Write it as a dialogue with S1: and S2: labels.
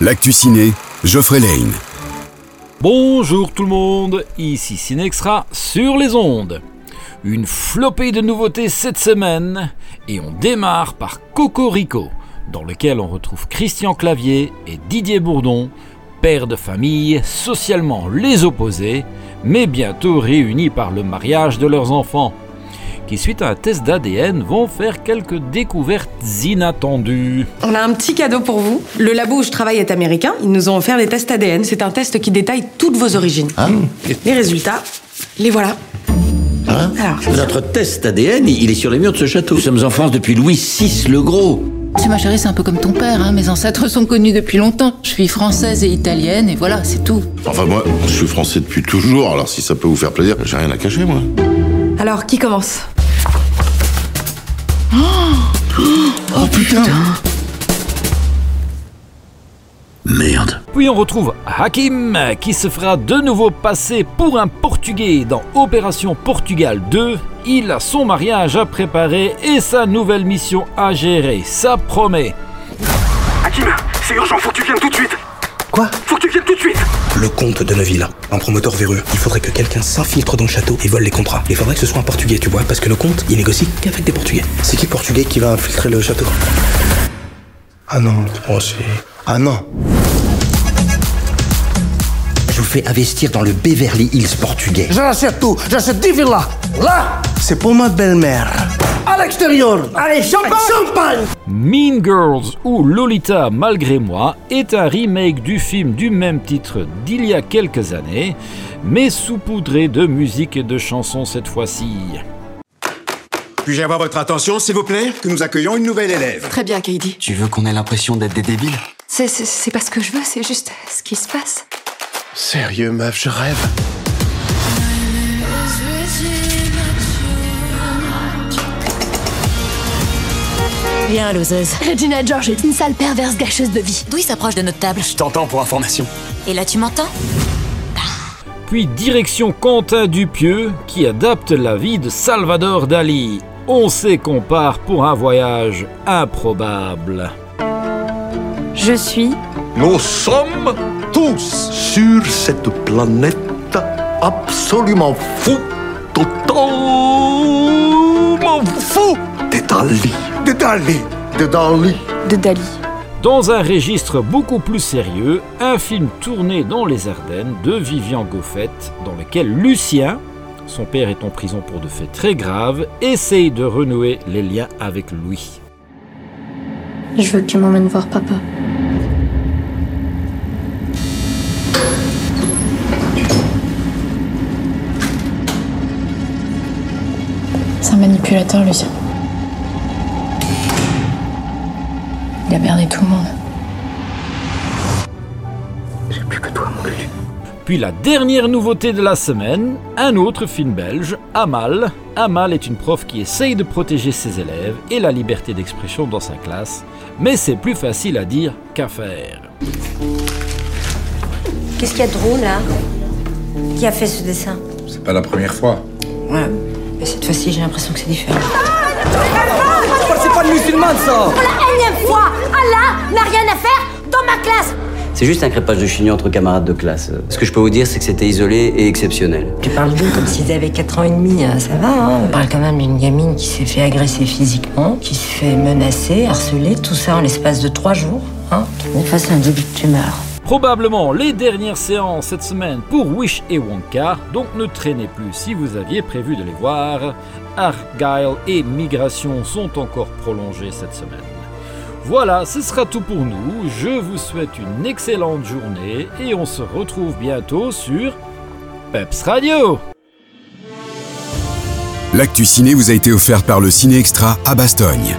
S1: L'actu ciné, Geoffrey Lane.
S2: Bonjour tout le monde, ici Cinextra sur les ondes. Une flopée de nouveautés cette semaine et on démarre par Cocorico, dans lequel on retrouve Christian Clavier et Didier Bourdon, pères de famille socialement les opposés, mais bientôt réunis par le mariage de leurs enfants, qui suite à un test d'ADN vont faire quelques découvertes inattendues.
S3: On a un petit cadeau pour vous. Le labo où je travaille est américain. Ils nous ont offert des tests ADN. C'est un test qui détaille toutes vos origines. Les résultats, les voilà.
S4: Hein
S3: Alors.
S4: Notre test ADN, il est sur les murs de ce château. Nous sommes en France depuis Louis VI le Gros.
S5: C'est ma chérie, c'est un peu comme ton père, hein. mes ancêtres sont connus depuis longtemps. Je suis française et italienne, et voilà, c'est tout.
S6: Enfin moi, je suis français depuis toujours, alors si ça peut vous faire plaisir, j'ai rien à cacher moi.
S3: Alors, qui commence
S4: Merde.
S2: Puis on retrouve Hakim qui se fera de nouveau passer pour un Portugais dans Opération Portugal 2. Il a son mariage à préparer et sa nouvelle mission à gérer. Ça promet.
S7: Hakim, c'est urgent, faut que tu viennes tout de suite
S8: Quoi
S7: Faut que tu viennes tout de suite
S8: Le comte de Neville, un promoteur véreux. Il faudrait que quelqu'un s'infiltre dans le château et vole les contrats. Il faudrait que ce soit un portugais, tu vois, parce que le comte, il négocie qu'avec des portugais. C'est qui le portugais qui va infiltrer le château Ah non, oh, c'est... Ah non
S4: Je vous fais investir dans le Beverly Hills portugais.
S9: Je rachète tout. J'achète 10 villas. Là,
S8: C'est pour ma belle-mère.
S9: à l'extérieur. Allez, champagne Champagne
S2: Mean Girls ou Lolita malgré moi est un remake du film du même titre d'il y a quelques années, mais saupoudré de musique et de chansons cette fois-ci.
S10: Puis-je avoir votre attention, s'il vous plaît Que nous accueillons une nouvelle élève.
S3: Très bien, Katie.
S4: Tu veux qu'on ait l'impression d'être des débiles
S11: C'est, c'est, c'est pas ce que je veux, c'est juste ce qui se passe.
S9: Sérieux, meuf, je rêve.
S11: Bien, loseuse. Regina George est une sale perverse gâcheuse de vie.
S5: D'où il s'approche de notre table
S9: Je t'entends pour information.
S5: Et là, tu m'entends
S2: Puis direction Quentin Dupieux qui adapte la vie de Salvador Dali. On sait qu'on part pour un voyage improbable.
S11: Je suis
S9: Nous sommes tous sur cette planète absolument fou, totalement fou. Des Dali, des Dali, des Dali.
S11: de Dali.
S2: Dans un registre beaucoup plus sérieux, un film tourné dans les Ardennes de Vivian Goffet, dans lequel Lucien, son père est en prison pour de faits très graves, essaye de renouer les liens avec lui.
S11: Je veux que tu m'emmènes voir papa.
S5: C'est un manipulateur, Lucien. Il a berné tout le monde.
S2: Puis la dernière nouveauté de la semaine, un autre film belge, Amal. Amal est une prof qui essaye de protéger ses élèves et la liberté d'expression dans sa classe, mais c'est plus facile à dire qu'à faire.
S12: Qu'est-ce qu'il y a de drôle là Qui a fait ce dessin
S6: C'est pas la première fois.
S12: Ouais, mais cette fois-ci j'ai l'impression que c'est différent.
S9: C'est pas de musulmane ça.
S12: Pour la énième fois, Allah n'a rien à faire dans ma classe
S4: C'est juste un crépage de chignon entre camarades de classe. Ce que je peux vous dire, c'est que c'était isolé et exceptionnel.
S12: Tu parles d'eux comme s'ils avaient 4 ans et demi, hein, ça va, hein On parle quand même d'une gamine qui s'est fait agresser physiquement, qui se fait menacer, harceler, tout ça en l'espace de 3 jours, hein On face à un début de tumeur.
S2: Probablement les dernières séances cette semaine pour Wish et Wonka, donc ne traînez plus si vous aviez prévu de les voir. Argyle et Migration sont encore prolongés cette semaine. Voilà, ce sera tout pour nous. Je vous souhaite une excellente journée et on se retrouve bientôt sur Peps Radio.
S1: L'actu ciné vous a été offert par le Ciné Extra à Bastogne.